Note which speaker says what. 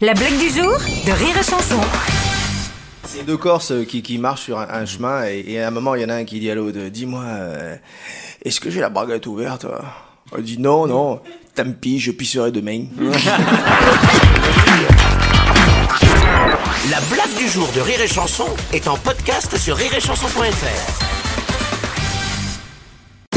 Speaker 1: La blague du jour de Rire et Chanson.
Speaker 2: C'est deux Corses euh, qui, qui marchent sur un, un chemin et, et à un moment, il y en a un qui dit à l'autre, dis-moi, euh, est-ce que j'ai la braguette ouverte Elle dit non, non, tant pis, je pisserai demain.
Speaker 3: La blague du jour de Rire et Chanson est en podcast sur rireetchanson.fr.